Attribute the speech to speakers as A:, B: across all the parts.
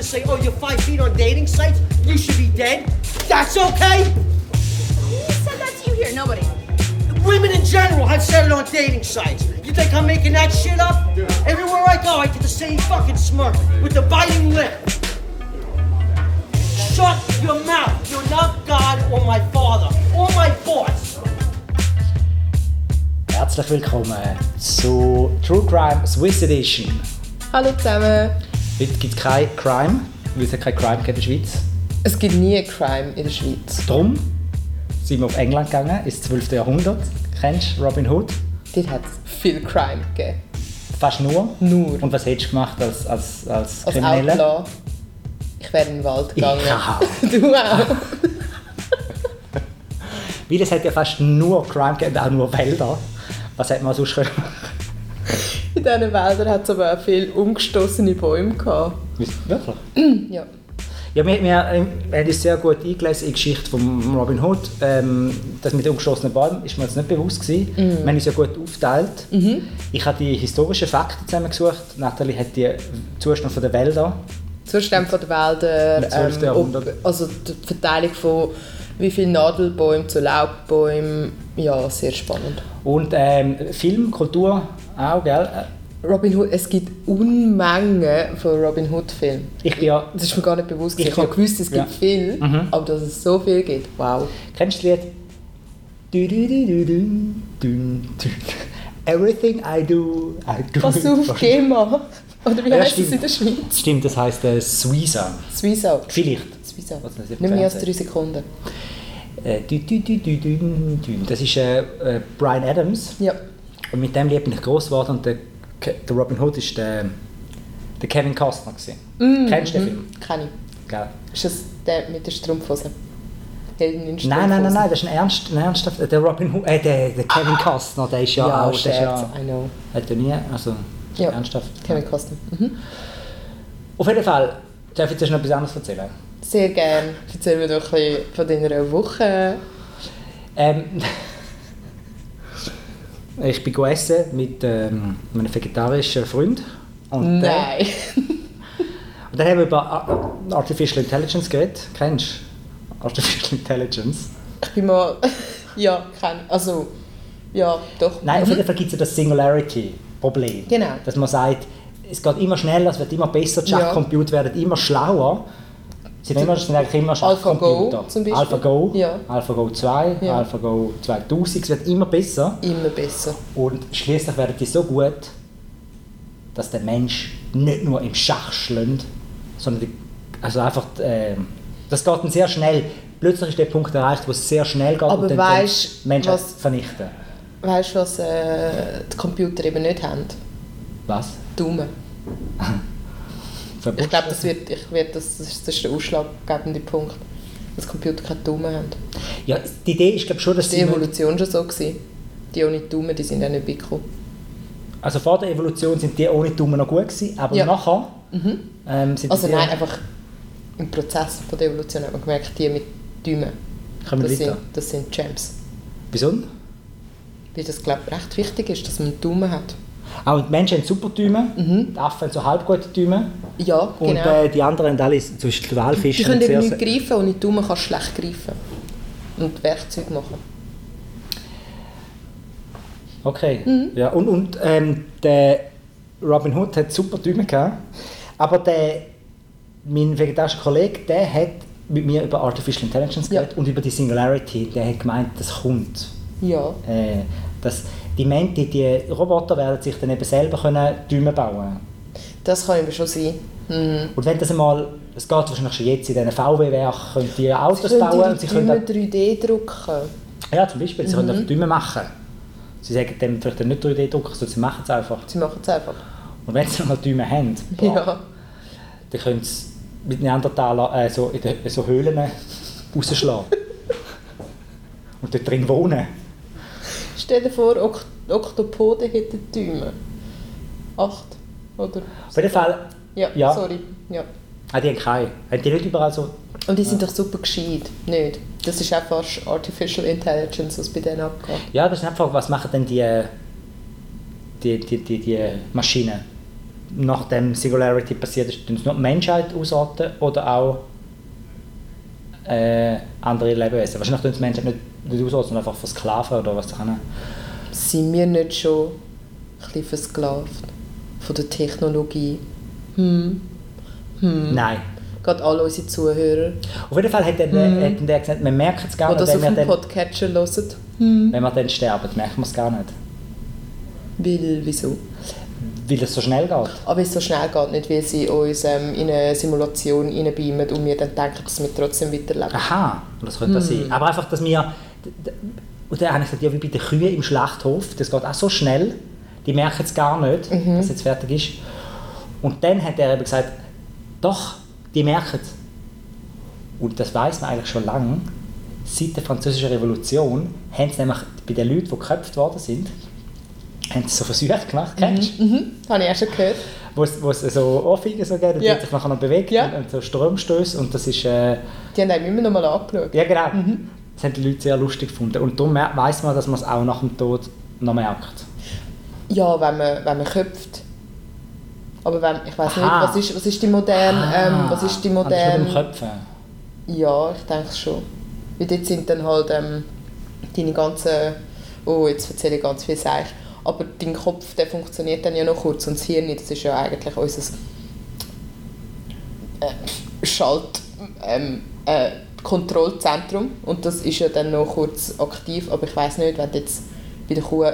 A: say, oh, you're five feet on dating sites? You should be dead. That's okay?
B: Who said that to you here? Nobody.
A: Women in general have said it on dating sites. You think I'm making that shit up? Everywhere I go, I get the same fucking smirk with the biting lip. Shut your mouth. You're not God or my father or my boss.
C: Herzlich willkommen zu True Crime Swiss Edition.
B: Hallo zusammen.
C: Heute gibt es kein Crime, weil es ja kein Crime gibt in der Schweiz.
B: Es gibt nie Crime in der Schweiz.
C: Darum sind wir auf England gegangen, ins 12. Jahrhundert. Kennst du Robin Hood?
B: Dort hat es viel Crime gegeben.
C: Fast nur.
B: Nur.
C: Und was hättest du gemacht als, als, als
B: Als
C: Kriminelle?
B: Outlaw. Ich wäre in den Wald
C: Ich
B: gegangen.
C: auch.
B: Du auch.
C: Weil es hat ja fast nur Crime gegeben, und auch nur Wälder. Was hätte man sonst können?
B: In diesen Wäldern hat es aber auch viel umgestoßene Bäume gehabt.
C: Wirklich?
B: Ja.
C: Ja, wir, wir ähm, haben uns sehr gut eingelesen in die Geschichte von Robin Hood. Ähm, das mit den umgeschossenen Bäumen ist mir jetzt nicht bewusst gewesen. Wir haben uns ja gut aufgeteilt. Ich habe die historischen Fakten zusammengesucht. Nathalie hat die Zustand der Wälder.
B: Zustände von der Wälder,
C: Im 12. Jahrhundert.
B: also die Verteilung von wie viele Nadelbäume zu Laubbäumen, ja, sehr spannend.
C: Und ähm, Film, Kultur auch, gell?
B: Robin Hood, es gibt Unmengen von Robin Hood-Filmen.
C: Ich bin ja...
B: Das ist mir gar nicht bewusst.
C: Ich
B: gewesen. Ich habe
C: hab-
B: gewusst, es gibt
C: ja. Mhm.
B: viel, aber dass es so viel gibt, wow.
C: Kennst du das Lied? Du, du, du, du, du, du, du. Everything I do, I do.
B: Pass auf, geh mal. Oder wie
C: Ja,
B: heißt es in
C: stimmt.
B: der Schweiz?
C: Stimmt, das heisst äh, Suiza.
B: Swiso.
C: Vielleicht.
B: Swiso.
C: Was man sieht
B: Nicht
C: im
B: mehr als
C: Fernsehen.
B: drei Sekunden.
C: Äh, dü- dü- dü- dü- dü- dü. Das ist äh, äh, Brian Adams.
B: Ja.
C: Und mit dem Lied bin ich groß geworden und der, Ke- der Robin Hood ist der, der Kevin Costner. gewesen.
B: Mm,
C: Kennst du
B: mhm.
C: den Film?
B: Kenne ich.
C: Gell?
B: Ist das der mit der Strumpfhose? Helden in
C: Nein,
B: Strumpfhose.
C: nein, nein, nein, das ist ein ernst, ein ernsthaft. Der Robin Hood, äh, der, der Kevin Costner, der ist ja,
B: Ja,
C: auch, der ist
B: Scherz,
C: ja,
B: I know.
C: hat er nie, also
B: Ja.
C: ernsthaft.
B: Kevin Costner. Mhm.
C: Auf jeden Fall, darf ich dir noch etwas anderes erzählen?
B: Sehr gerne. Erzähl mir doch ein bisschen von deiner Woche.
C: Ähm, ich bin go essen mit ähm, meinem vegetarischen Freund. Und der-
B: Nein.
C: Und dann haben wir über Ar- Artificial Intelligence geredet. Kennst du? Artificial Intelligence.
B: Ich bin mal... ja, kenn. Also... Ja, doch.
C: Nein, auf jeden Fall gibt es ja das Singularity-Problem.
B: Mhm. Genau.
C: Dass man sagt, es geht immer schneller, es wird immer besser, die
B: Ja.
C: Schachcomputer werden immer schlauer. Es sind, immer, es sind eigentlich immer
B: AlphaGo
C: Schachcomputer.
B: zum Beispiel.
C: AlphaGo,
B: Ja.
C: AlphaGo 2,
B: Ja.
C: AlphaGo 2000, es wird immer besser.
B: Immer besser.
C: Und schließlich werden die so gut, dass der Mensch nicht nur im Schach schlönt, sondern die, also einfach, ähm, das geht dann sehr schnell. Plötzlich ist der Punkt erreicht, wo es sehr schnell geht
B: Aber
C: und dann
B: weisst,
C: den Menschen
B: was-
C: vernichten.
B: Weißt du, was äh, die Computer eben nicht haben?
C: Was?
B: Daumen.
C: Verbot?
B: Ich glaube, das, wird, ich wird, das, das ist das ist der ausschlaggebende Punkt, dass Computer keine Daumen haben.
C: ja, die Idee ist glaube schon, dass
B: Die
C: sie nicht,
B: Evolution schon so gewesen. Die ohne Daumen, die sind auch nicht beigekommen.
C: also vor der Evolution sind die ohne Daumen noch gut gewesen, aber
B: Ja.
C: nachher ähm, sind
B: Also
C: die
B: nein, einfach im Prozess von der Evolution hat man gemerkt, die mit Daumen,
C: Kommen wir
B: das sind,
C: weiter.
B: das sind Champs.
C: gesund.
B: Weil das, glaube ich, recht wichtig ist, dass man einen Daumen hat.
C: Auch die Menschen haben super Däume, die Affen haben so halb gute Däume
B: Ja,
C: und
B: Mhm. genau.
C: äh, die anderen haben alle, zum Beispiel die Walfische,
B: die können
C: haben
B: eben
C: sehr-
B: nicht greifen, ohne Daumen kannst du schlecht greifen. Und Werkzeuge machen.
C: Okay. Ja, und und ähm, der Robin Hood hat super Däume gehabt. Aber der, mein vegetarischer Kollege, der hat mit mir über Artificial Intelligence
B: Ja.
C: geredet und über die Singularity. Der hat gemeint, das kommt.
B: Ja.
C: Äh, dass die, Men die, die Roboter werden sich dann eben selber können Däume bauen
B: Das kann eben schon sein. Mhm.
C: Und wenn das einmal, es geht wahrscheinlich schon jetzt in diesen VW-Werken, können die Autos bauen und sie können
B: Daumen 3D drucken.
C: auch- ja zum Beispiel, sie können einfach Däume machen. Sie sagen dem vielleicht nicht 3D-Drucker, sondern sie machen es einfach.
B: Sie machen es einfach.
C: Und wenn sie mal Däume haben, boah,
B: Ja.
C: dann können sie mit Neandertalern äh, so in den, so Höhlen rausschlagen. und dort drin wohnen.
B: Stell dir vor, Ok Oktopode hätten Däume. Acht, oder?
C: Auf jeden Fall,
B: Ja,
C: Ja.
B: sorry. Ja.
C: ah, die haben keine. Haben die nicht überall so...
B: Und die sind doch super gescheit, nicht? Das ist auch fast Artificial Intelligence, was bei denen abgeht.
C: äh, Ja, das ist einfach, was machen denn die, die, die, die, die Maschinen? nachdem Singularity passiert ist, tun sie noch die Menschheit ausrotten oder auch äh, andere Lebewesen. Wahrscheinlich tun sie die Menschheit nicht, nicht ausrotten, sondern einfach versklaven oder was auch immer.
B: Sind wir nicht schon ein bisschen versklavt von der Technologie? Hm. Hm.
C: Nein.
B: Gerade alle unsere Zuhörer,
C: Auf jeden Fall hat dann, der- hat dann der gesagt, man merkt es gar
B: die
C: nicht,
B: Mhm. das auf
C: wenn wir,
B: dem
C: dann,
B: Podcatcher hören. Hm.
C: wenn wir dann sterben, merkt man es gar nicht.
B: Weil, wieso?
C: Weil es so schnell geht.
B: Aber es so schnell geht nicht, weil sie uns ähm, in eine Simulation reinbeamen und wir dann denken, dass wir trotzdem weiterleben.
C: Aha, das könnte das sein. Aber einfach, dass wir... d- d- Und dann habe ich gesagt, ja, wie bei den Kühen im Schlachthof, das geht auch so schnell, die merken es gar nicht, dass es jetzt fertig ist. Und dann hat er eben gesagt, doch, die merken es. Und das weiß man eigentlich schon lange. Seit der Französischen Revolution haben sie nämlich bei den Leuten, die geköpft worden sind, haben sie so Versuche gemacht, kennst du?
B: Mhm, habe ich auch schon gehört.
C: wo es, wo es so Ohrfeigen so geben, die
B: Ja.
C: sich nachher noch bewegt
B: Ja.
C: und, und so Stromstöße und das ist, äh,
B: Die haben einem immer noch mal angeschaut.
C: ja genau,
B: Mhm.
C: das haben die Leute sehr lustig gefunden und darum weiß man, dass man es auch nach dem Tod noch merkt.
B: Ja, wenn man, wenn man köpft. Aber wenn, ich weiß nicht,
C: Aha.
B: was ist, was ist die moderne... Ähm, was ist die
C: Ah, haben sie schon
B: moderne...
C: beim Köpfen.
B: Ja, ich denke schon. Weil dort sind dann halt ähm, deine ganzen... Oh, jetzt erzähle ich ganz viel Seich. Aber dein Kopf, der funktioniert dann ja noch kurz und das Hirn, das ist ja eigentlich unser äh, Schalt... Ähm, äh, Kontrollzentrum und das ist ja dann noch kurz aktiv, aber ich weiß nicht, wenn du jetzt bei der Kuh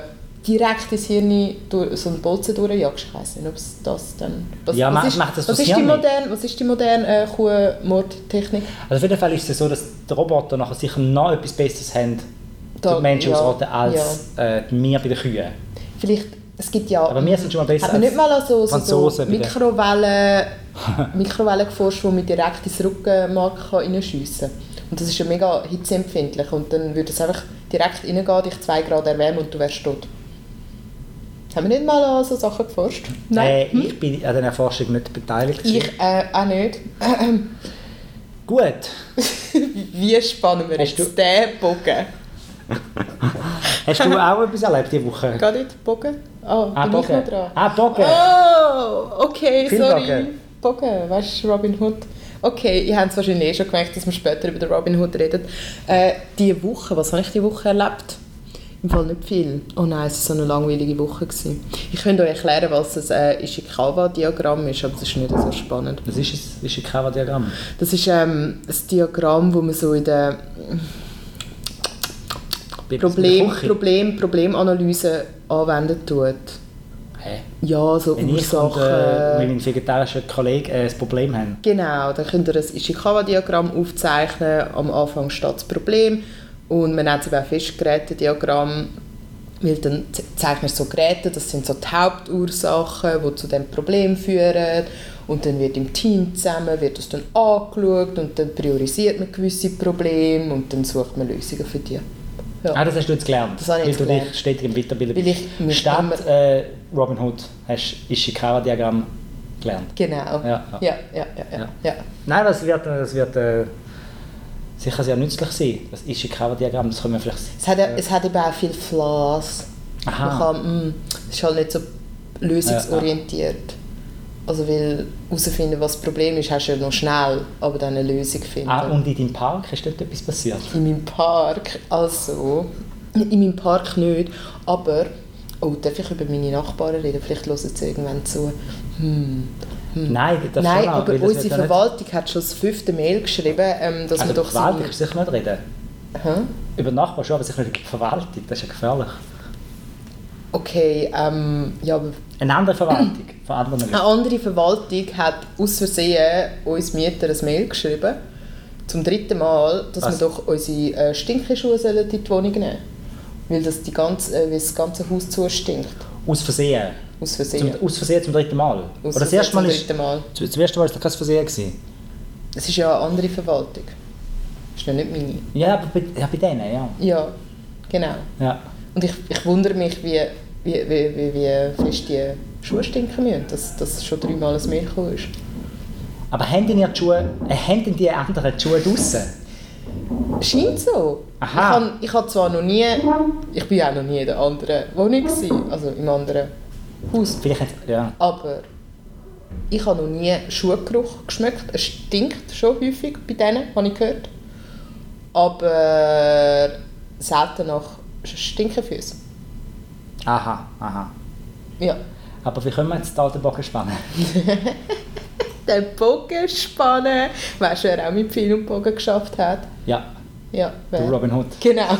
B: direkt ins Hirn durch, so einen Bolzen durchjagst, ich weiß nicht, ob es das dann... Was,
C: Ja,
B: was
C: ma-
B: ist,
C: macht das
B: was
C: das
B: ist die
C: Hirn nicht?
B: moderne, Was ist die moderne äh, Kuhmordtechnik?
C: Also auf jeden Fall ist es so, dass die Roboter nachher sicher noch etwas Besseres haben,
B: Da-
C: die Menschen
B: ja,
C: ausrotten, als äh, wir bei den Kühen.
B: Vielleicht, es gibt ja...
C: Aber wir sind schon mal besser
B: Hat man nicht mal an so, so, so
C: Franzosen bei den-
B: Mikrowellen, Mikrowellen geforscht, die man direkt ins Rückenmark kann reinschiessen kann? Und das ist ja mega hitzeempfindlich und dann würde es einfach direkt reingehen, dich 2 Grad erwärmen und du wärst tot. Haben wir nicht mal an so Sachen geforscht?
C: Äh, Ich bin an dieser Forschung nicht beteiligt.
B: Hm? Ich äh, auch nicht.
C: Gut.
B: Wie spannen wir
C: Hast
B: jetzt
C: du-
B: den Bogen?
C: Hast du auch etwas erlebt diese Woche?
B: Geht nicht Bogen? Ah,
C: Ah,
B: bin ich
C: Bogen.
B: noch dran?
C: Ah, Bogen.
B: Oh, okay,
C: Viel
B: sorry.
C: Bogen.
B: Bogen, weißt du, Robin Hood. Okay, ihr habt es wahrscheinlich eh schon gemerkt, dass wir später über den Robin Hood reden. Äh, diese Woche, was habe ich diese Woche erlebt? Im Fall nicht viel. Oh nein, es war so eine langweilige Woche. Gewesen. Ich könnte euch erklären, was das äh, Ishikawa-Diagramm ist, aber das ist nicht so spannend.
C: Das ist, ein- ist ein Kava-Diagramm.
B: Das ist ähm, ein Diagramm, wo man so in der Problem, Problem, Problemanalyse anwenden tut.
C: Hä?
B: Ja, so
C: Wenn ich und
B: Ursachen.
C: äh, mein vegetarischer Kollege äh, ein Problem haben.
B: Genau, dann könnt ihr ein Ishikawa-Diagramm aufzeichnen. Am Anfang steht das Problem und man nennt es eben auch Fischgeräte-Diagramm, weil dann ze- zeichnet man so Geräte, das sind so die Hauptursachen, die zu dem Problem führen und dann wird im Team zusammen wird das dann angeschaut und dann priorisiert man gewisse Probleme und dann sucht man Lösungen für die. Ja.
C: Ah, das hast du jetzt gelernt.
B: Das habe ich
C: weil
B: jetzt
C: du
B: gelernt.
C: dich stetig im Weiterbilden
B: Weil
C: bist.
B: ich mich
C: Statt
B: immer-
C: äh, Robin Hood hast du Ishikawa-Diagramm gelernt.
B: Genau.
C: Ja,
B: ja, ja, ja, ja.
C: Ja.
B: ja.
C: Nein, das wird, das wird äh, sicher sehr nützlich sein. Das Ishikawa-Diagramm, das können wir vielleicht...
B: Es, hat, ja- es hat eben auch viele Flaws.
C: Aha.
B: Man kann, mm, es ist halt nicht so lösungsorientiert. Also weil herausfinden, was das Problem ist, hast du ja noch schnell, aber dann eine Lösung finden.
C: Ah, und in deinem Park ist dort etwas passiert.
B: In meinem Park, also, in meinem Park nicht, aber, oh, darf ich über meine Nachbarn reden? Vielleicht hören sie irgendwann zu. Hm.
C: Nein, das darfst du
B: Nein,
C: auch,
B: aber
C: weil das
B: unsere
C: wird ja nicht-
B: Verwaltung hat schon das fünfte Mail geschrieben, ähm, dass
C: Also
B: wir
C: über
B: doch
C: die Verwaltung
B: seine...
C: kannst du sicher nicht reden.
B: Hä?
C: Über die Nachbarn schon, aber sicher nicht über die Verwaltung. Das ist ja gefährlich.
B: Okay, ähm, ja, aber
C: Eine andere Verwaltung von anderen Leuten.
B: Eine andere Verwaltung hat aus Versehen uns Mieter ein Mail geschrieben, zum dritten Mal, dass
C: Was?
B: wir doch unsere äh, Stinkeschuhe sollen in die Wohnung nehmen weil das, die ganze, äh, weil das ganze Haus zustinkt.
C: Aus Versehen.
B: Aus
C: Zum,
B: Versehen.
C: Aus Versehen zum dritten Mal.
B: Aus
C: Oder das
B: Versehen
C: erste Mal
B: zum
C: ist,
B: dritten Mal.
C: Zu- Zum ersten Mal war das kein Versehen. Gewesen.
B: Es ist ja eine andere Verwaltung. Das ist ja nicht meine.
C: Ja, aber bei, ja, bei denen, ja.
B: Ja, genau.
C: ja.
B: Und ich, ich wundere mich, wie, wie, wie, wie, wie fest die Schuhe stinken müssen, dass das schon dreimal ein Mail gekommen ist.
C: Aber haben denn, ihr die Schuhe, äh, haben denn die anderen die Schuhe draussen?
B: Scheint so.
C: Aha.
B: Ich han- Ich habe zwar noch nie, ich bin auch noch nie in der anderen Wohnung, gewesen, also im anderen Haus.
C: Vielleicht haben sie, ja.
B: Aber ich habe noch nie Schuhgeruch geschmeckt. Es stinkt schon häufig bei denen, habe ich gehört. Aber selten nach Stinkefüßen.
C: Aha, aha.
B: Ja.
C: Aber wie können wir jetzt die Datenbank spannen?
B: Den Bogen spannen. Weißt du, wer auch mit Pfeil und Bogen geschafft hat?
C: Ja,
B: Ja,
C: du
B: wer?
C: Robin Hood.
B: Genau.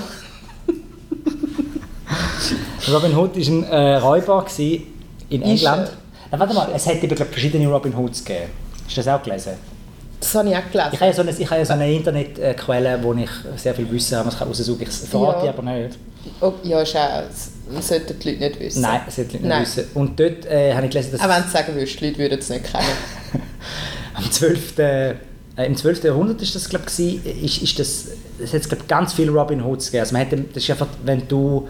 C: Robin Hood war ein äh, Räuber gsi in
B: Ist er.
C: England. Na, warte mal, es hat eben glaub, verschiedene Robin Hoods gegeben. Hast du das auch gelesen?
B: Das habe ich auch gelesen.
C: Ich habe ja so eine, ich habe ja so
B: Äh.
C: eine Internetquelle, wo ich sehr viel Wissen habe, was ich raussuchen kann. Ich verrate
B: Ja.
C: die aber nicht.
B: Oh, ja, ist auch, das sollten die Leute nicht wissen.
C: Nein, das hätte ich nicht
B: Nein.
C: wissen. Und dort äh, habe ich gelesen, dass
B: Auch wenn sie sagen würdest, die Leute würden es nicht kennen.
C: Äh. am 12. Äh, im 12. Jahrhundert ist das, glaube ich, ist, ist das, es hat glaub, ganz viele Robin Hoods gegeben. Also man hat, das ist einfach, wenn du,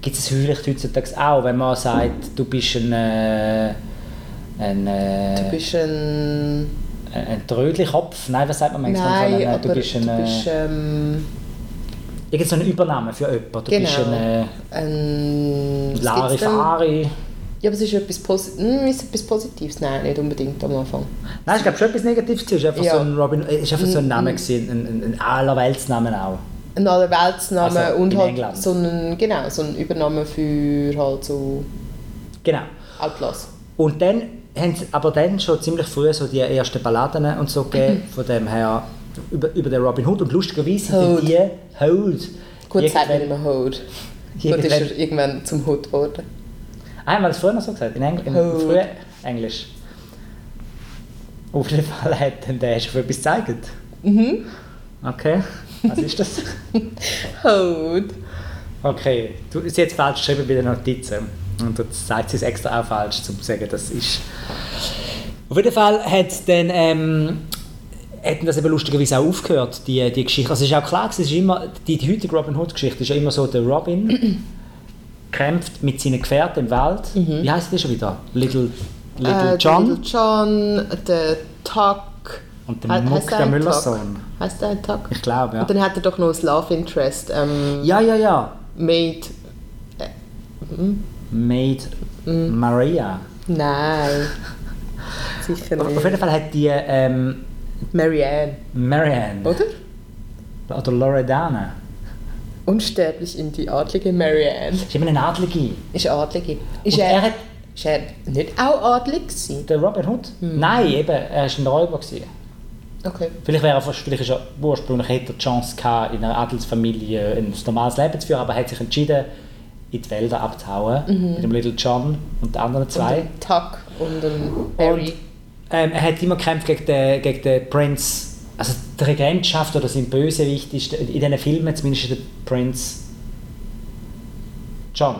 C: gibt es vielleicht heutzutage auch, wenn man sagt, du bist ein, äh, ein, äh,
B: Du bist ein...
C: ein, ein Trödelkopf, nein, was sagt man manchmal?
B: Nein,
C: Sondern, äh,
B: aber
C: du bist ein,
B: du bist
C: äh,
B: ähm,
C: irgend so ein Übername für jemanden, du bist
B: Genau.
C: ein äh,
B: ein... was gibt's denn?
C: Larifari.
B: Ja, aber es ist etwas, Posi hm, ist etwas Positives. Nein, nicht unbedingt am Anfang.
C: Nein, ich glaube schon etwas Negatives, gewesen. es ist einfach
B: Ja. Mhm,
C: so ein Robin, es ist einfach so ein Name gewesen, ein, ein, ein Allerweltsname auch.
B: Ein Allerweltsname
C: Also,
B: und
C: in
B: halt
C: England.
B: so ein, genau, so ein Übernahme für halt so
C: Genau.
B: Outlaws.
C: Und dann haben sie aber dann schon ziemlich früh so die ersten Balladen und so
B: Mhm.
C: gegeben, von dem her über, über den Robin Hood. Und lustigerweise sind
B: Hood.
C: die Hood.
B: Gut, sagt man
C: irgendwann-
B: immer Hood. Gut, ist
C: irgendwann-
B: er irgendwann zum Hood geworden.
C: Ah, haben wir das früher noch so gesagt? In, Eng in
B: Hood.
C: früher Englisch. Auf jeden Fall hat dann der schon etwas gezeigt.
B: Mhm.
C: Okay, was ist das?
B: Hood.
C: Okay, du, sie hat es falsch geschrieben bei den Notizen. Und jetzt sagt sie es extra auch falsch, um zu sagen, das ist. Auf jeden Fall hat es dann. Ähm, hätten das eben lustigerweise auch aufgehört, die, die Geschichte. Also es ist auch klar, gewesen, es ist immer, die, die heutige Robin Hood-Geschichte ist ja immer so, der Robin kämpft mit seinen Gefährten im Wald. Wie heißt die schon wieder? Little, Little
B: Äh,
C: John?
B: Little John, der Tuck.
C: Und der
B: He-
C: Muck,
B: heisst
C: der
B: ein Tuck?
C: Müllersohn.
B: Heisst der ein Tuck?
C: Ich glaube, ja.
B: Und dann hat er doch noch das Love Interest. Ähm,
C: Ja, ja, ja.
B: Made.
C: Maid
B: Mhm.
C: Maria.
B: Nein. Sicher
C: Auf auf jeden
B: nicht.
C: Fall hat die ähm,
B: Marianne,
C: Marianne
B: oder?
C: oder Loredana.
B: Unsterblich in die adlige Marianne.
C: Ist immer eine Adlige.
B: Ist adlige. Ist
C: Und
B: er,
C: er hat-
B: ist er nicht auch adlig gewesen?
C: Der Robin Hood?
B: Hm.
C: Nein, eben, er war ein Räuber. Gewesen.
B: Okay.
C: Vielleicht wäre er, fast- vielleicht ist er ursprünglich hätte er die Chance gehabt, in einer Adelsfamilie ein normales Leben zu führen, aber er hat sich entschieden, in die Wälder abzuhauen, mit dem Little John und den anderen zwei.
B: Mhm. Und ein Tuck und ein
C: Und
B: Barry.
C: ähm, er hat immer gekämpft gegen den, gegen den Prinz, also die Regentschaft oder sein Bösewicht ist in diesen Filmen zumindest der Prinz John.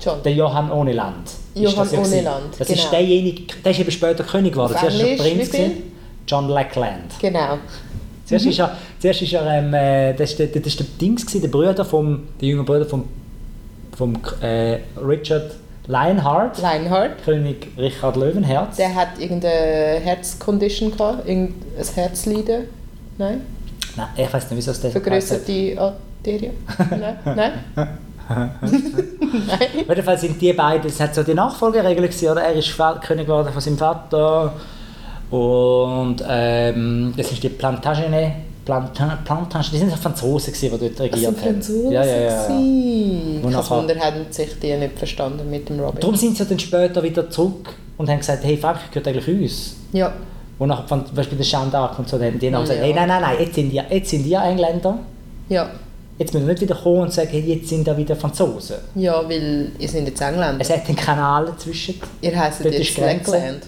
B: John.
C: Der Johann ohne Land. ist
B: Johann
C: das ja
B: ohne
C: gewesen.
B: Land,
C: Das
B: genau.
C: ist derjenige, der ist eben später König geworden.
B: Auf
C: Zuerst war er
B: Englisch,
C: Prinz.
B: wie viel?
C: gewesen. John Lackland.
B: Genau.
C: Zuerst ist er, zuerst ist er ähm, äh, das ist der, das ist der Dings gewesen, der Bruder vom, der jüngere Bruder vom, vom äh, Richard Lionheart,
B: Lionheart.
C: König Richard Löwenherz.
B: Der hat irgendeine Herzcondition gehabt, irgendein Herzleiden. Nein?
C: Nein, ich weiß nicht, wieso es das
B: Vergrößerte Arterie? Nein? Nein? Nein?
C: Auf jeden Fall sind die beiden, es hat so die Nachfolgeregelung gewesen, oder? Er ist Fa- König geworden von seinem Vater und ähm, das sind die Plantagenet, Plantain, Plantage, die sind so Franzosen gewesen, die dort
B: Das sind
C: regiert
B: Franzosen.
C: haben. Ja, ja, ja.
B: gewesen.
C: Wo
B: Kein
C: nachher-
B: Wunder haben sich die nicht verstanden mit dem Robin.
C: Darum sind sie dann später wieder zurück und haben gesagt, hey, Frankreich gehört eigentlich uns.
B: Ja.
C: Wo nachher, von- zum Beispiel der Schandark und so, dann, die haben gesagt,
B: Ja.
C: hey, nein, nein, nein, jetzt sind, ihr, jetzt sind ihr Engländer,
B: Ja.
C: jetzt müssen wir nicht wieder kommen und sagen, hey, jetzt sind da wieder Franzosen.
B: Ja, weil ihr sind jetzt Engländer.
C: Es hat einen Kanal dazwischen.
B: ihr heisst
C: dort
B: jetzt
C: ist Grenze.
B: Lackland.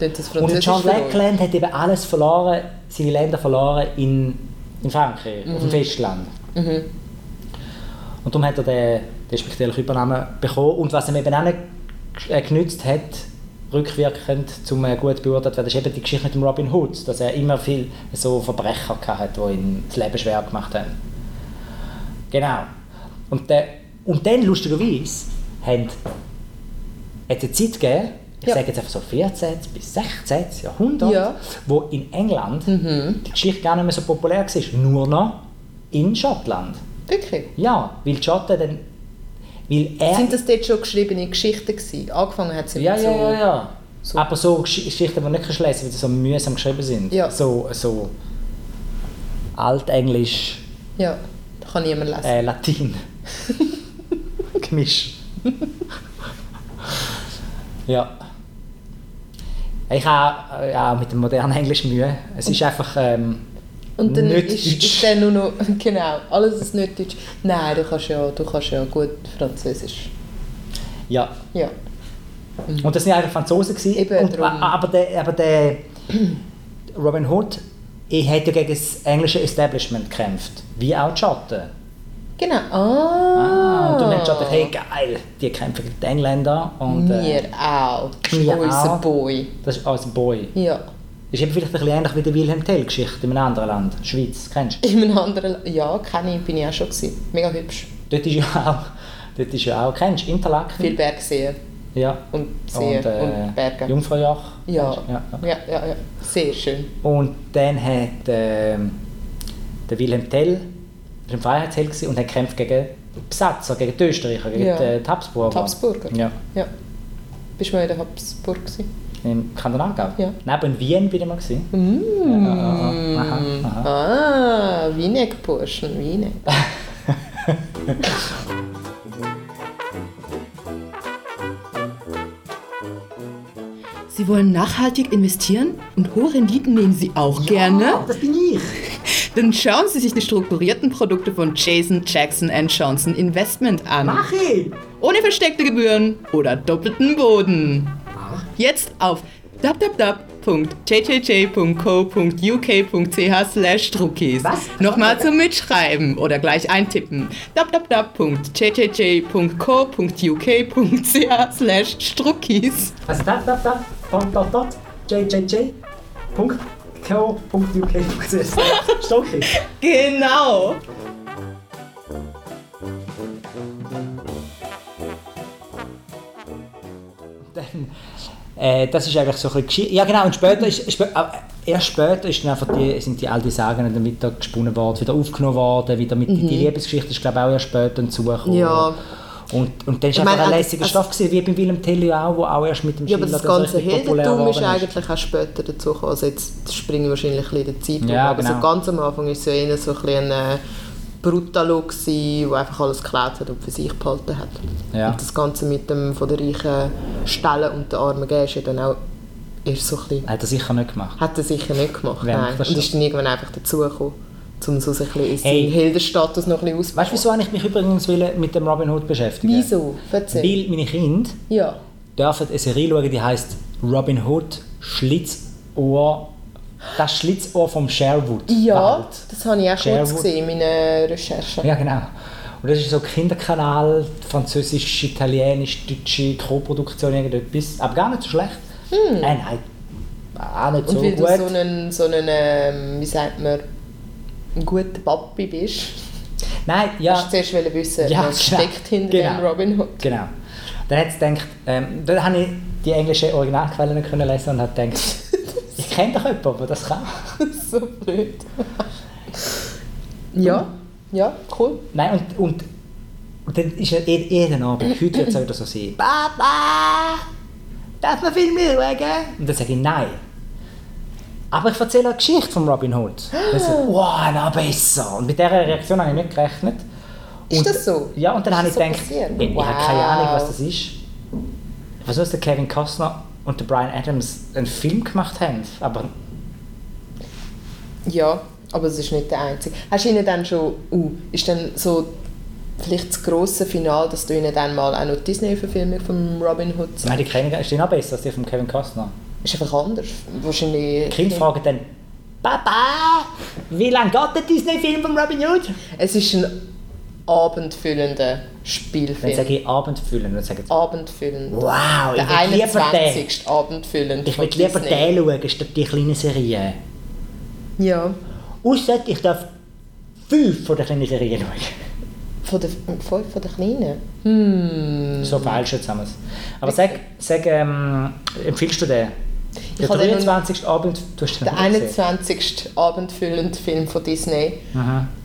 B: Dort ist
C: Und
B: Französisch
C: John
B: für euch.
C: Lackland hat eben alles verloren, seine Länder verloren in, in Frankreich, auf dem Festland. Und darum hat er den, den speziellen Übernamen bekommen. Und was ihm eben auch nicht g- äh, genützt hat, rückwirkend, um äh, gut beurteilt zu werden, ist eben die Geschichte mit dem Robin Hood, dass er immer viel so Verbrecher hatte, die ihm das Leben schwer gemacht haben. Genau. Und, der, und dann, lustigerweise, haben hat es eine Zeit gegeben, ich
B: Ja.
C: sage jetzt einfach so 14. bis 16. Jahrhundert,
B: Ja. Mhm.
C: wo in England die Geschichte gar nicht mehr so populär war, nur noch in Schottland.
B: Wirklich?
C: Ja, weil die Schotten dann... Weil er...
B: Sind das dort schon geschriebene Geschichten gewesen? Angefangen hat es
C: ja,
B: mit
C: ja, ja,
B: so
C: ja.
B: So.
C: Aber so Gesch- Geschichten, die du nicht kannst lesen weil sie so mühsam geschrieben sind.
B: Ja.
C: So, so Altenglisch,
B: Ja, da kann niemand lesen.
C: äh, Latein. Gemisch. ja. Ich habe äh, auch mit dem modernen Englisch Mühe. Es ist einfach ähm,
B: Und dann
C: nicht
B: ist,
C: deutsch.
B: ist dann nur noch, genau, alles ist nicht deutsch. Nein, du kannst ja, du kannst ja gut Französisch.
C: ja.
B: Ja.
C: Und das waren einfach Franzosen. Gewesen.
B: Eben,
C: und,
B: darum.
C: aber der, aber der Robin Hood er hat ja gegen das englische Establishment gekämpft. Wie auch die Schotten.
B: Genau. Ah.
C: Ah, und du nimmst Schotten, hey geil, die kämpfen gegen die Engländer. Und,
B: Wir auch. Das ist
C: wir
B: unser
C: auch.
B: Boy.
C: das ist als Boy.
B: Ja.
C: Ist eben vielleicht ein bisschen ähnlich wie die Wilhelm Tell-Geschichte in einem anderen Land. Schweiz, kennst du?
B: In einem anderen, La- ja, kenne ich, bin ich auch schon gewesen. Mega hübsch.
C: Dort ist ja auch, dort ist ja auch kennst du, Interlaken?
B: Viel Berg sehen
C: Ja. äh,
B: und Seen und, Berge.
C: Jungfraujoch.
B: ja.
C: kennst du?
B: Ja, ja, ja, Sehr schön.
C: Und dann hat ähm, der Wilhelm Tell, das war ein Freiheitsheld gewesen, und hat gekämpft gegen die Besatzer, gegen die Österreicher, gegen
B: Ja.
C: die, die Habsburger.
B: Die Habsburger.
C: Ja.
B: Ja. Bist du mal in der Habsburg gewesen?
C: Im Kanton Aargau.
B: Ja.
C: Neben Wien bin ich mal gewesen. Mm. Ja, ja, ja. Aha, aha.
B: Ah, Wieneck-Burschen, Wieneck.
D: Sie wollen nachhaltig investieren und hohe Renditen nehmen Sie auch gerne?
C: Das bin ich.
D: Dann schauen Sie sich die strukturierten Produkte von Jason Jackson Johnson Investment an.
C: Ach hey.
D: Ohne versteckte Gebühren oder doppelten Boden. Jetzt auf www.jjj.co.uk.ch slash Druckis. Nochmal zum Mitschreiben oder gleich eintippen. www.jjj.co.uk.ch slash Struckis.
C: Also da, da, da, dort, dort, dort, jjj. Punkt. Co.uk. Stocki.
D: Genau.
C: Äh, das ist eigentlich so ein bisschen Geschichte. Ja genau, und später ist, spä aber erst später ist dann einfach die, sind die all die Sagen dann wieder gesponnen worden, wieder aufgenommen worden, wieder mit die Liebesgeschichte ist glaube ich auch erst später hinzugekommen.
B: Mhm. Ja.
C: Und, und dann ist
B: Ich meine,
C: einfach ein
B: also-
C: lässiger Stoff gewesen, wie bei Willem Tell ja auch, wo auch erst mit dem
B: Ja, aber
C: Schiller
B: das ganze
C: richtig populär
B: Heldentum ist
C: geworden
B: eigentlich auch später dazu gekommen. Also jetzt springe ich wahrscheinlich ein bisschen in der Zeit. rum.
C: Ja,
B: aber
C: genau.
B: so ganz am Anfang war es ja eher so ein, bisschen ein äh, Brutalo, gewesen, der einfach alles geklaut hat und für sich behalten hat.
C: Ja.
B: Und das Ganze mit dem von den Reichen stellen und den Armen geben ist ja dann auch erst so ein bisschen...
C: Hat er sicher nicht gemacht.
B: Hat er sicher nicht gemacht,
C: Ja,
B: nein.
C: das
B: Und ist dann irgendwann einfach dazugekommen, um so sich ein bisschen
C: Hey.
B: seinen Heldenstatus noch ein bisschen
C: Weißt du, wieso habe ich mich übrigens will mit dem Robin Hood beschäftigen?
B: Wieso? Erzähl.
C: Weil meine Kinder
B: Ja.
C: dürfen eine Serie schauen, die heißt Robin Hood Schlitzohr. Das Schlitzohr vom Sherwood.
B: Ja,
C: Wald.
B: das habe ich auch kurz
C: Sherwood.
B: gesehen in meinen Recherchen.
C: Ja, genau. Und das ist so Kinderkanal, französisch, italienisch, deutsche Co-Produktion, irgendetwas. Aber gar nicht so schlecht. Nein, nein. Auch nicht
B: Hm. Und
C: so
B: weil
C: gut.
B: du so einen, so einen ähm, wie sagt man, einen guten Papi bist,
C: nein, ja.
B: hast du zuerst wollen wissen,
C: Ja,
B: was
C: genau.
B: steckt hinter
C: Genau.
B: dem Robin Hood.
C: Genau. Dann hat sie gedacht, ähm, dann habe ich die englische Originalquelle nicht können lesen und hat gedacht, ich kenne doch jemanden, der das kann.
B: so blöd. ja, ja, cool.
C: Nein, und, und, und dann ist ja jed- jeden Abend, heute wird es auch wieder so sein, Papa, darf man Filme schauen? Und dann sage ich nein. Aber ich erzähle eine Geschichte von Robin Hood. Dann sagt, wow, noch besser. Und mit dieser Reaktion habe ich nicht gerechnet.
B: Ist das so?
C: Ja, und dann
B: Ist
C: habe ich
B: das so
C: gedacht,
B: passiert?
C: ich, ich habe keine
B: Wow.
C: Ahnung, was das ist. Ich weiß nur, dass der Kevin Costner und der Brian Adams einen Film gemacht haben. Aber
B: Ja, aber es ist nicht der einzige. Hast du ihnen dann schon, uh, ist dann so vielleicht das grosse Finale, dass du ihnen dann mal auch noch die Disney-Verfilmung von Robin Hood
C: ich meine,
B: sagst?
C: die Kevin ist die noch besser als die von Kevin Costner.
B: Ist einfach anders. Wahrscheinlich.
C: Die Kinder fragen dann, Papa, wie lange geht der Disney-Film von Robin Hood?
B: Es ist ein abendfüllender
C: Dann
B: Spielfilm.
C: sage ich Abendfüllen. Dann sagen sie,
B: Oh, abendfüllend.
C: wow,
B: Der
C: ich will lieber den.
B: 21. abendfüllend.
C: Ich
B: von
C: will lieber
B: Disney.
C: den schauen, statt die kleinen Serien.
B: Ja.
C: Ausser ich darf fünf von den kleinen Serien
B: Mhm.
C: schauen.
B: Von der, von, von der Kleinen. Hm.
C: So falsch jetzt haben wir es. Aber sag, sag ähm, empfiehlst du den? Der
B: habe den noch-
C: 23. Abend, du hast den
B: Der
C: noch nicht gesehen.
B: 21. abendfüllende Film von Disney.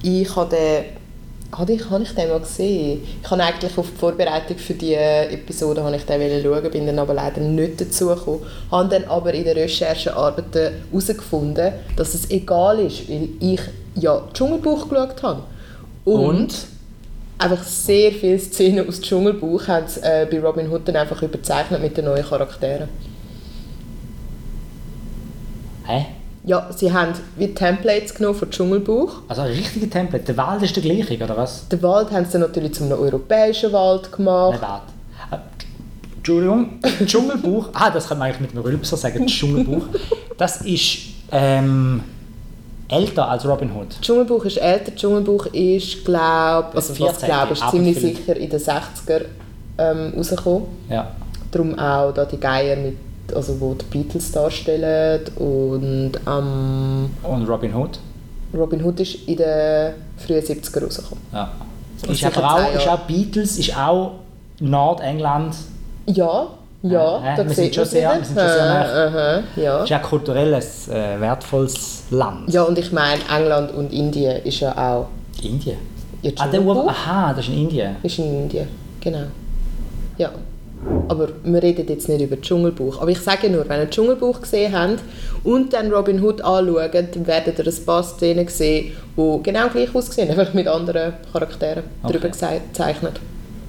B: Ich habe den Habe ich, habe ich den mal gesehen? Ich habe eigentlich auf die Vorbereitung für die äh, Episode habe ich den wollen schauen, bin dann aber leider nicht dazu gekommen. Habe dann aber in den Recherchearbeiten herausgefunden, dass es egal ist, weil ich ja Dschungelbuch geschaut habe. Und, einfach sehr viele Szenen aus Dschungelbuch haben sie, äh, bei Robin Hood dann einfach überzeichnet mit den neuen Charakteren.
C: Hä?
B: Ja, sie haben wie Templates genommen von Dschungelbuch.
C: Also ein richtiger Template. Der Wald ist der gleiche, oder was?
B: Den Wald haben sie dann natürlich zum einem europäischen Wald
C: Nein,
B: gemacht.
C: Wald. Äh, Entschuldigung, Dschungelbuch. Ah, das kann man eigentlich mit einem Rülpser sagen, Dschungelbuch. Das ist ähm, älter als Robin Hood.
B: Dschungelbuch ist älter, Dschungelbuch ist, glaube also was
C: 14.,
B: glaube ich,
C: aber
B: ziemlich
C: viel-
B: sicher in den 60er ähm, rausgekommen.
C: Ja.
B: Darum auch da die Geier, mit, also wo die Beatles darstellen und ähm,
C: Und Robin Hood.
B: Robin Hood ist in den frühen 70er rausgekommen.
C: Ja.
B: Und
C: Ist
B: sicher
C: aber auch,
B: zehn
C: ist
B: Jahre.
C: auch Beatles, ist auch Nordengland.
B: Ja, ja,
C: Äh, äh,
B: da
C: wir sind
B: sieht
C: schon
B: man
C: sehr-
B: wieder.
C: wir sind schon sehr
B: Äh, äh, ja.
C: Ist auch kulturelles, äh, wertvolles Land.
B: ja, und ich meine, England und Indien ist ja auch
C: Indien.
B: Ja, Mhm.
C: Ah, der
B: Dschungelbuch.
C: Ur- Aha, das ist in Indien.
B: Ist in Indien, genau. Ja. Aber wir reden jetzt nicht über Dschungelbuch. Aber ich sage nur, wenn ihr Dschungelbuch gesehen habt und dann Robin Hood anschaut, dann werdet ihr ein paar Szenen sehen, die genau gleich aussehen, einfach mit anderen Charakteren
C: Okay.
B: drüber gezeichnet.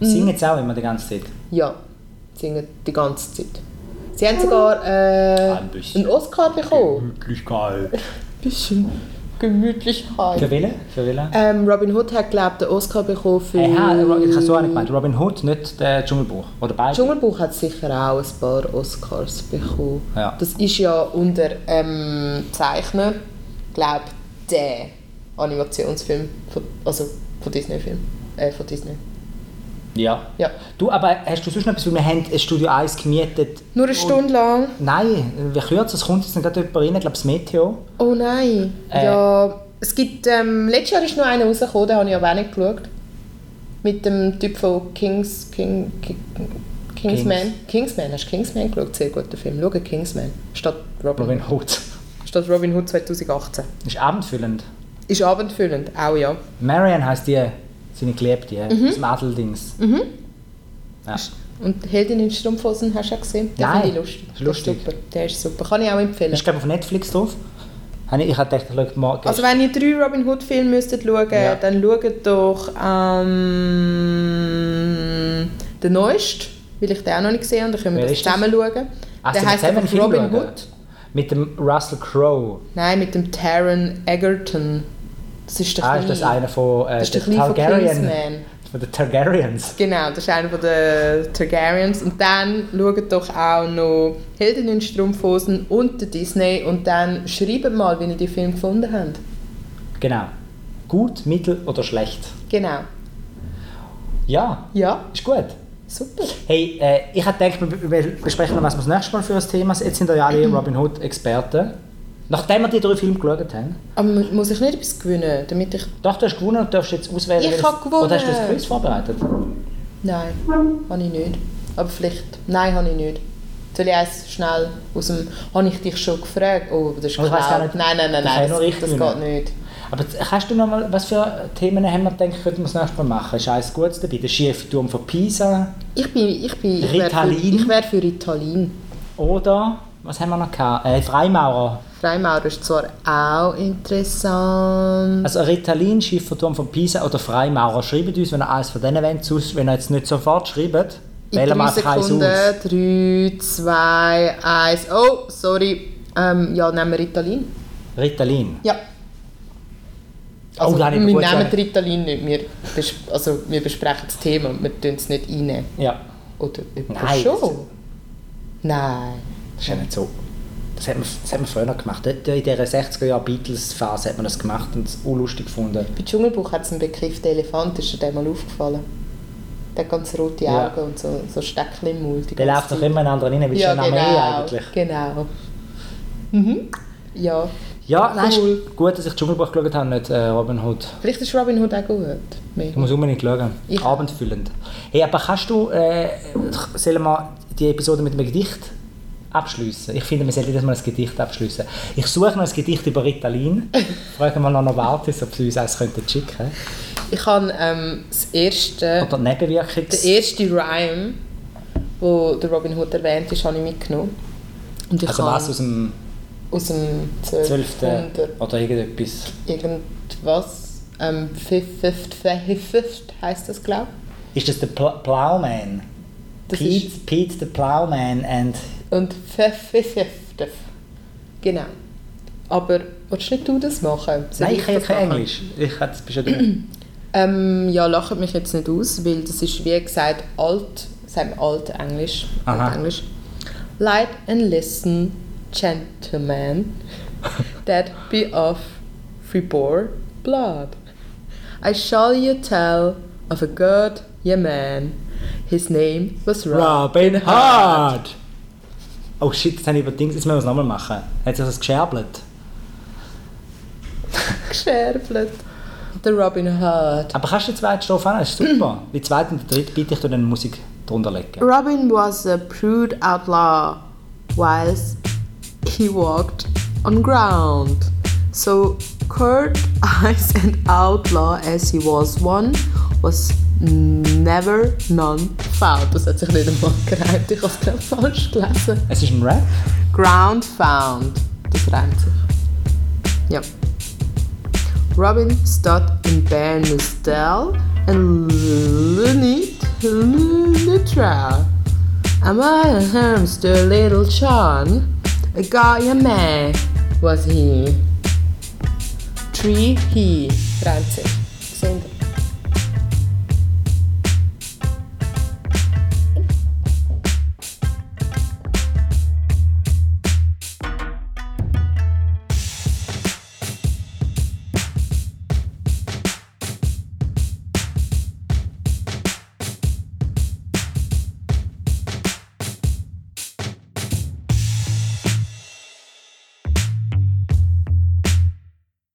C: Singen jetzt auch immer die ganze Zeit.
B: Ja, singen die ganze Zeit. Sie haben sogar äh,
C: Ein bisschen. Mhm.
B: einen Oscar bekommen.
C: Gemütlichkeit.
B: Ein bisschen Gemütlichkeit.
C: Für welchen? Für welchen?
B: Ähm, Robin Hood hat, glaube ich, den Oscar bekommen für...
C: Aha, ich habe so einen gemeint. Robin Hood, nicht der Dschungelbuch. Oder beide.
B: Dschungelbuch hat sicher auch ein paar Oscars bekommen.
C: Ja.
B: Das ist ja unter ähm, Zeichner, glaube der Animationsfilm von, also von Disney-Film. Äh, von Disney.
C: ja.
B: Ja.
C: Du, aber hast du sonst noch etwas? Weil Wir haben ein Studio 1 gemietet.
B: Nur eine Stunde lang.
C: Nein, wie kürzer, es kommt jetzt nicht gerade jemand rein, ich glaube das Meteo.
B: Oh nein.
C: Äh.
B: Ja, es gibt, ähm, letztes Jahr ist noch einer rausgekommen, den habe ich aber auch nicht geschaut. Mit dem Typ von Kings, King, King, Kingsman. Kingsman, hast du Kingsman geschaut? Sehr guter Film. Schau Kingsman. Statt Robin,
C: Robin Hood.
B: Statt Robin Hood 2018.
C: Ist abendfüllend.
B: Ist abendfüllend, auch ja.
C: Marian heisst die, seine Geliebte, mhm. das Mädeldings.
B: Mhm.
C: Ja.
B: Und Heldin in Strumpfhosen hast du auch gesehen? Den
C: Nein.
B: finde ich lustig.
C: Ist
B: Der
C: lustig.
B: Ist super. Der ist super. Kann ich auch empfehlen.
C: Ist glaube auf Netflix drauf. Habe Ich ich habe gedacht, ich schaue mal.
B: Also wenn ihr drei Robin Hood Filme müsstet schauen,
C: Ja.
B: dann schaut doch ähm, den neuesten, weil ich den auch noch nicht gesehen habe, dann können wir
C: Wer
B: das
C: ist das?
B: zusammen schauen.
C: Ach,
B: der
C: sind wir
B: heisst
C: zusammen
B: einfach
C: einen Film
B: Robin
C: schauen?
B: Hood.
C: Mit dem Russell Crowe.
B: Nein, mit dem Taron Egerton. Das ist der
C: Ah, ist
B: Kleine.
C: das einer von äh,
B: Das ist der
C: den
B: Kleine von
C: Targaryen.
B: Kingsman.
C: Von den Targaryens.
B: Genau, das ist einer von den Targaryens. Und dann schaut doch auch noch Helden in Strumpfhosen und den Disney und dann schreibt mal, wie ihr die Filme gefunden habt.
C: Genau. Gut, mittel oder schlecht.
B: Genau.
C: Ja,
B: Ja,
C: ist gut.
B: super.
C: Hey, äh, ich habe gedacht, wir- wir besprechen noch, was wir das nächste Mal für ein Thema sind. Jetzt sind wir ja alle Robin Hood-Experten. Nachdem wir die drei Filme geschaut haben.
B: Aber mu- muss ich nicht etwas gewinnen, damit ich...
C: Doch, du hast gewonnen und darfst jetzt auswählen.
B: Ich
C: welches-
B: hab gewonnen.
C: Oder hast du das Quiz vorbereitet?
B: Nein, habe ich nicht. Aber vielleicht... Nein, habe ich nicht. Soll ich eins schnell aus dem... Habe ich dich schon gefragt? Oh, das ist
C: Aber ich weiss auch
B: klar.
C: nicht.
B: Nein, nein, nein,
C: Das kann
B: nein,
C: ich noch
B: das,
C: richtig
B: das geht
C: gewinnen.
B: nicht.
C: Aber jetzt kannst du noch mal, was für Themen haben wir gedacht, könnten wir das nächste Mal machen? Ist eins Gutes dabei? Der schiefe Turm von Pisa
B: Ich bin... Ich bin... Ich wäre für,
C: Ritalin?
B: ich wär für Ritalin.
C: oder, was haben wir noch gehabt? Äh, Freimaurer.
B: Freimaurer ist zwar auch interessant.
C: Also Ritalin, schiefer Turm von Pisa oder Freimaurer. Schreibt uns, wenn ihr eins von denen wollt, sonst, wenn ihr jetzt nicht sofort schreibt,
B: In
C: wählen wir
B: drei
C: einfach eins
B: Sekunden,
C: aus.
B: 3, 2, 1. Oh, sorry. Ähm, ja, nehmen wir Ritalin.
C: Ritalin.
B: Ja.
C: Oh,
B: Also,
C: da habe ich
B: wir
C: gut
B: nehmen
C: gesagt.
B: Ritalin nicht. Wir, bes also, wir besprechen das Thema und wir tun es nicht einnehmen.
C: Ja.
B: Oder etwa
C: Nein, das-
B: schon? Nein.
C: Das ist ja nicht so. Das hat man, das hat man früher gemacht. Dort In dieser 60er-Jahr-Beatles-Phase hat man das gemacht und es unlustig gefunden.
B: Bei Dschungelbuch hat es einen Begriff, der Elefant ist dir dem mal aufgefallen. Der hat ganz rote Augen
C: Ja.
B: und so, so Steckchen im Mund. die
C: Der
B: ganze
C: läuft doch
B: Zeit.
C: immer in anderen rein, weil es ja, schon genau. mehr eigentlich.
B: Genau. Mhm. Ja.
C: Ja, nein,
B: Cool.
C: ist gut, dass ich Dschungelbuch geschaut habe, nicht äh, Robin Hood.
B: Vielleicht ist Robin Hood auch gut.
C: Ich muss unbedingt schauen.
B: Ich-
C: Abendfüllend. Hey, aber kannst du, äh, sollen wir die Episode mit einem Gedicht abschließen? Ich finde, wir sollten jedes Mal ein Gedicht abschließen. Ich suche noch ein Gedicht über Ritalin. Fragen wir noch Novartis, ob sie uns eins könnten schicken
B: Ich habe ähm, das erste,
C: Oder Nebenwirkung.
B: der erste Rhyme, wo der Robin Hood erwähnt ist, habe ich mitgenommen. Und ich
C: Also
B: habe
C: was aus dem
B: aus dem
C: 12.
B: 1200
C: oder irgendetwas.
B: irgendwas, ähm, Fifth, Fifth, Fifth, Fifth heisst das, glaube
C: Ist das der Pl Plowman?
B: Das
C: Pete, Pete the Plowman and...
B: ich. Und Fifth, Fifth, Fifth. Genau. Aber willst nicht du das machen? Soll
C: Nein, ich kann ja
B: das
C: kein
B: machen?
C: Englisch. Ich hätte es bestimmt...
B: Ähm, ja, lacht mich jetzt nicht aus, weil das ist wie gesagt alt, sagen wir alt Englisch,
C: Aha.
B: alt Englisch. Light and listen, gentlemen, that be of freebore blood. I shall you tell of a good ye man. His name was Robin, Hood.
C: Oh shit, jetzt habe ich über Dings... Jetzt müssen wir es nochmal machen. Hat sich das gescherbelt?
B: Gescherblet. Der Robin Hood.
C: Aber kannst du die zweite Strophe an? Das ist super. Die zweite und die dritte bitte ich dir dann Musik drunter legen.
B: Robin was a prude outlaw, whilst he walked on ground. So curt eyes and outlaw as he was one, was never none found. Das hat sich nicht einmal gereimt, ich habe es gerade falsch gelesen.
C: Es ist ein Rap.
B: Ground found. Das reimt sich. Ja. Robin stood in Bareness Dell and Lunitra. Am I a hamster little John? A guy a man was he. Tree he. Reimt sich.